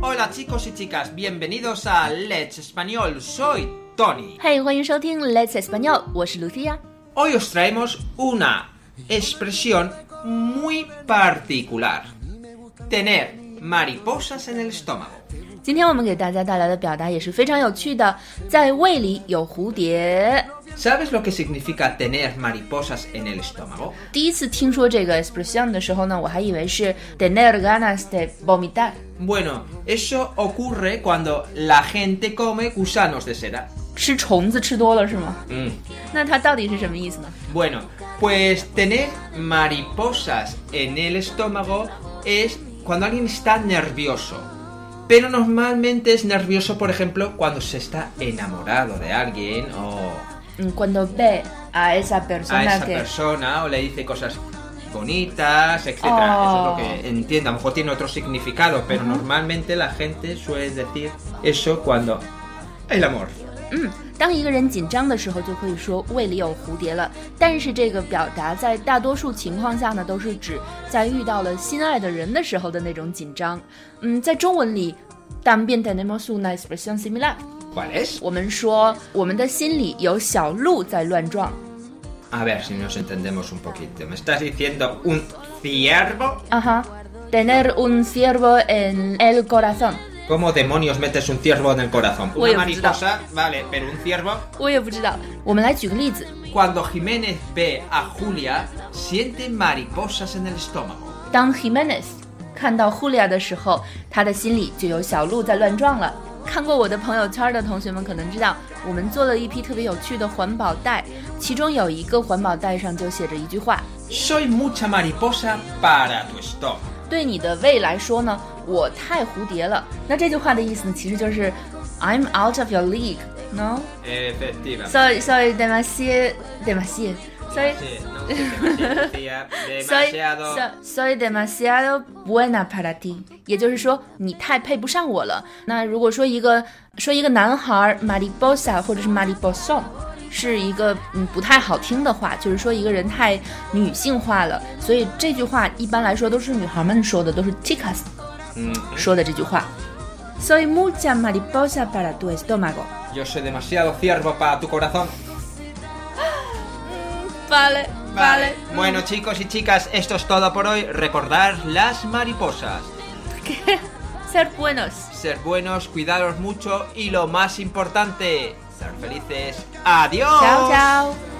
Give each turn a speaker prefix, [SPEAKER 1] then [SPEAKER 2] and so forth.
[SPEAKER 1] Hola chicos y chicas, bienvenidos a Let's Español, soy Tony.
[SPEAKER 2] Hey，欢迎收听 Let's Español，我是 Lucia。
[SPEAKER 1] Hoy os traemos una expresión muy particular. Tener mariposas en el estómago.
[SPEAKER 2] 今天我们给大家带来的表达也是非常有趣的，在胃里有蝴蝶。
[SPEAKER 1] ¿Sabes lo que significa tener mariposas en el estómago?
[SPEAKER 2] 第一次听说这个 expresión 的时候呢，我还以为是 tener ganas de vomitar。
[SPEAKER 1] Bueno, eso ocurre cuando la gente come gusanos de seda.
[SPEAKER 2] 吃虫子吃多了是吗？
[SPEAKER 1] Mm.
[SPEAKER 2] 那它到底是什么意思呢？
[SPEAKER 1] Bueno, pues tener mariposas en el estómago es cuando alguien está nervioso. Pero normalmente es nervioso, por ejemplo, cuando se está enamorado de alguien o
[SPEAKER 2] 嗯，cuando ve a esa persona
[SPEAKER 1] a esa
[SPEAKER 2] que
[SPEAKER 1] persona o le dice cosas bonitas, etc.
[SPEAKER 2] Oh.
[SPEAKER 1] Eso es lo que entiendo. A lo mejor tiene otro significado, pero normalmente la gente suele decir eso cuando el amor.
[SPEAKER 2] 嗯，当一个人紧张的时候，就可以说胃里有蝴蝶了。但是这个表达在大多数情况下呢，都是指在遇到了心爱的人的时候的那种紧张。嗯，在中文里，también tenemos una expresión similar。
[SPEAKER 1] ¿Cuál es?
[SPEAKER 2] 我们说我们的心里有小鹿在乱撞
[SPEAKER 1] A ver si nos entendemos un poquito. ¿Me estás diciendo un ciervo?
[SPEAKER 2] 啊哈，tener un ciervo en el corazón。
[SPEAKER 1] ¿Cómo demonios metes un ciervo en el corazón?
[SPEAKER 2] Oye,
[SPEAKER 1] Una
[SPEAKER 2] pues,
[SPEAKER 1] mariposa, vale, pero un ciervo.
[SPEAKER 2] 我也不知道，我们来举个例子。
[SPEAKER 1] Cuando Jiménez ve a Julia, siente mariposas en el estómago.
[SPEAKER 2] 当 Jimenez 看到 Julia 的时候，他的心里就有小鹿在乱撞了。看过我的朋友圈的同学们可能知道，我们做了一批特别有趣的环保袋，其中有一个环保袋上就写着一句话
[SPEAKER 1] Soy mucha mariposa para tu estómago.：“
[SPEAKER 2] 对你的胃来说呢，我太蝴蝶了。”那这句话的意思呢，其实就是 “I'm out of your league”。No，
[SPEAKER 1] Efectivamente.
[SPEAKER 2] sorry, sorry, demasiado, demasiado, sorry,
[SPEAKER 1] Sí, no, demasiado, tía, demasiado.
[SPEAKER 2] soy, soy demasiado buena para ti，也就是说你太配不上我了。那如果说一个说一个男孩儿 mariposa 或者是 mariposon 是一个嗯不太好听的话，就是说一个人太女性化了。所以这句话一般来说都是女孩们说的，都是 chicas
[SPEAKER 1] Mm,
[SPEAKER 2] 说的这句话。Soy mucha mariposa para tu estómago。
[SPEAKER 1] Yo soy demasiado ciervo para tu corazón.
[SPEAKER 2] Vale, vale.
[SPEAKER 1] Bueno, chicos y chicas, esto es todo por hoy. Recordar las mariposas.
[SPEAKER 2] Ser buenos.
[SPEAKER 1] Ser buenos, cuidaros mucho y lo más importante, ser felices. ¡Adiós!
[SPEAKER 2] Chao, chao.